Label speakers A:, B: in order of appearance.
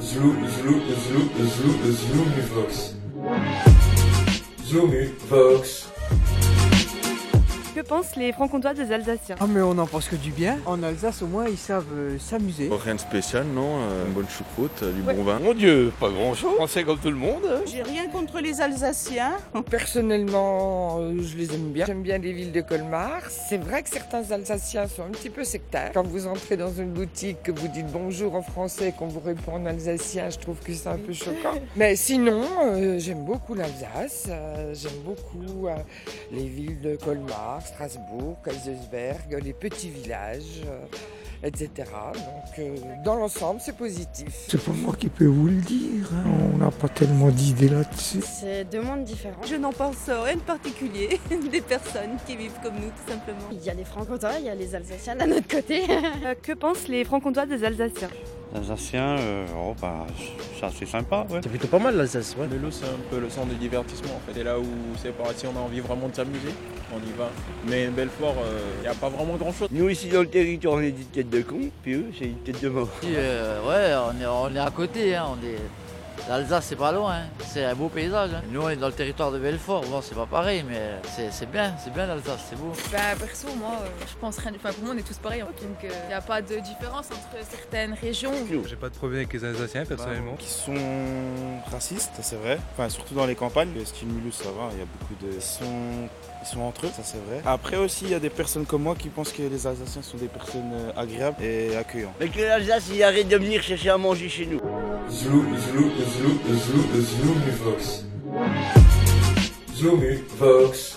A: Zlou, Zlou, Zlou, Zlou, Zloomuvox. Zloomuvox.
B: Que pensent les franc-comtois des Alsaciens
C: Ah mais on en pense que du bien. En Alsace au moins ils savent euh, s'amuser.
D: Rien de spécial, non euh, Une bonne choucroute, du
B: Ouais.
D: bon vin.
E: Mon Dieu, pas grand-chose. Français comme tout le monde.
F: J'ai rien contre les Alsaciens.
G: Personnellement, euh, je les aime bien. J'aime bien les villes de Colmar. C'est vrai que certains Alsaciens sont un petit peu sectaires. Quand vous entrez dans une boutique, que vous dites bonjour en français et qu'on vous répond en alsacien, je trouve que c'est un peu choquant. Mais sinon, euh, j'aime beaucoup l'Alsace. Euh, j'aime beaucoup euh, les villes de Colmar, Strasbourg, Kaisersberg, les petits villages. euh, etc. Donc euh, dans l'ensemble, c'est positif.
H: C'est pas moi qui peux vous le dire, hein. on n'a pas tellement d'idées là-dessus.
I: C'est deux mondes différents.
B: Je n'en pense rien de particulier, des personnes qui vivent comme nous tout simplement.
I: Il y a les francs-comtois, il y a les Alsaciens d'un autre côté.
B: Euh, que pensent les franc-comtois des Alsaciens
J: L'Alsacien, euh, oh bah, c'est assez sympa, ouais.
K: C'est plutôt pas mal l'Alsace, ouais.
L: Vélo, c'est un peu le centre du divertissement en fait. Et là où c'est parti, on a envie vraiment de s'amuser, on y va. Mais Belfort, il n'y euh, a pas vraiment grand chose.
M: Nous ici dans le territoire on est des têtes de con, puis eux c'est une tête de mort.
N: euh, ouais, on est, on est à côté, hein, on est... L'Alsace, c'est pas loin, hein. c'est un beau paysage. hein. Nous, on est dans le territoire de Belfort, bon, c'est pas pareil, mais c'est c'est bien, c'est bien l'Alsace, c'est beau.
O: Bah perso, moi, euh, je pense rien. Enfin, pour moi, on est tous pareils. hein. Donc, il n'y a pas de différence entre certaines régions.
P: J'ai pas de problème avec les Alsaciens personnellement.
J: Qui sont racistes, c'est vrai. Enfin, surtout dans les campagnes. Ce qui ça va, il y a beaucoup de. Ils sont, ils sont entre eux, ça c'est vrai. Après aussi, il y a des personnes comme moi qui pensent que les Alsaciens sont des personnes euh, agréables et accueillantes.
M: Mais que l'Alsace il arrête de venir chercher à manger chez nous.
A: Zlou, Zlou, Zlou, Zlou, Zloomuvox. Zloomuvox.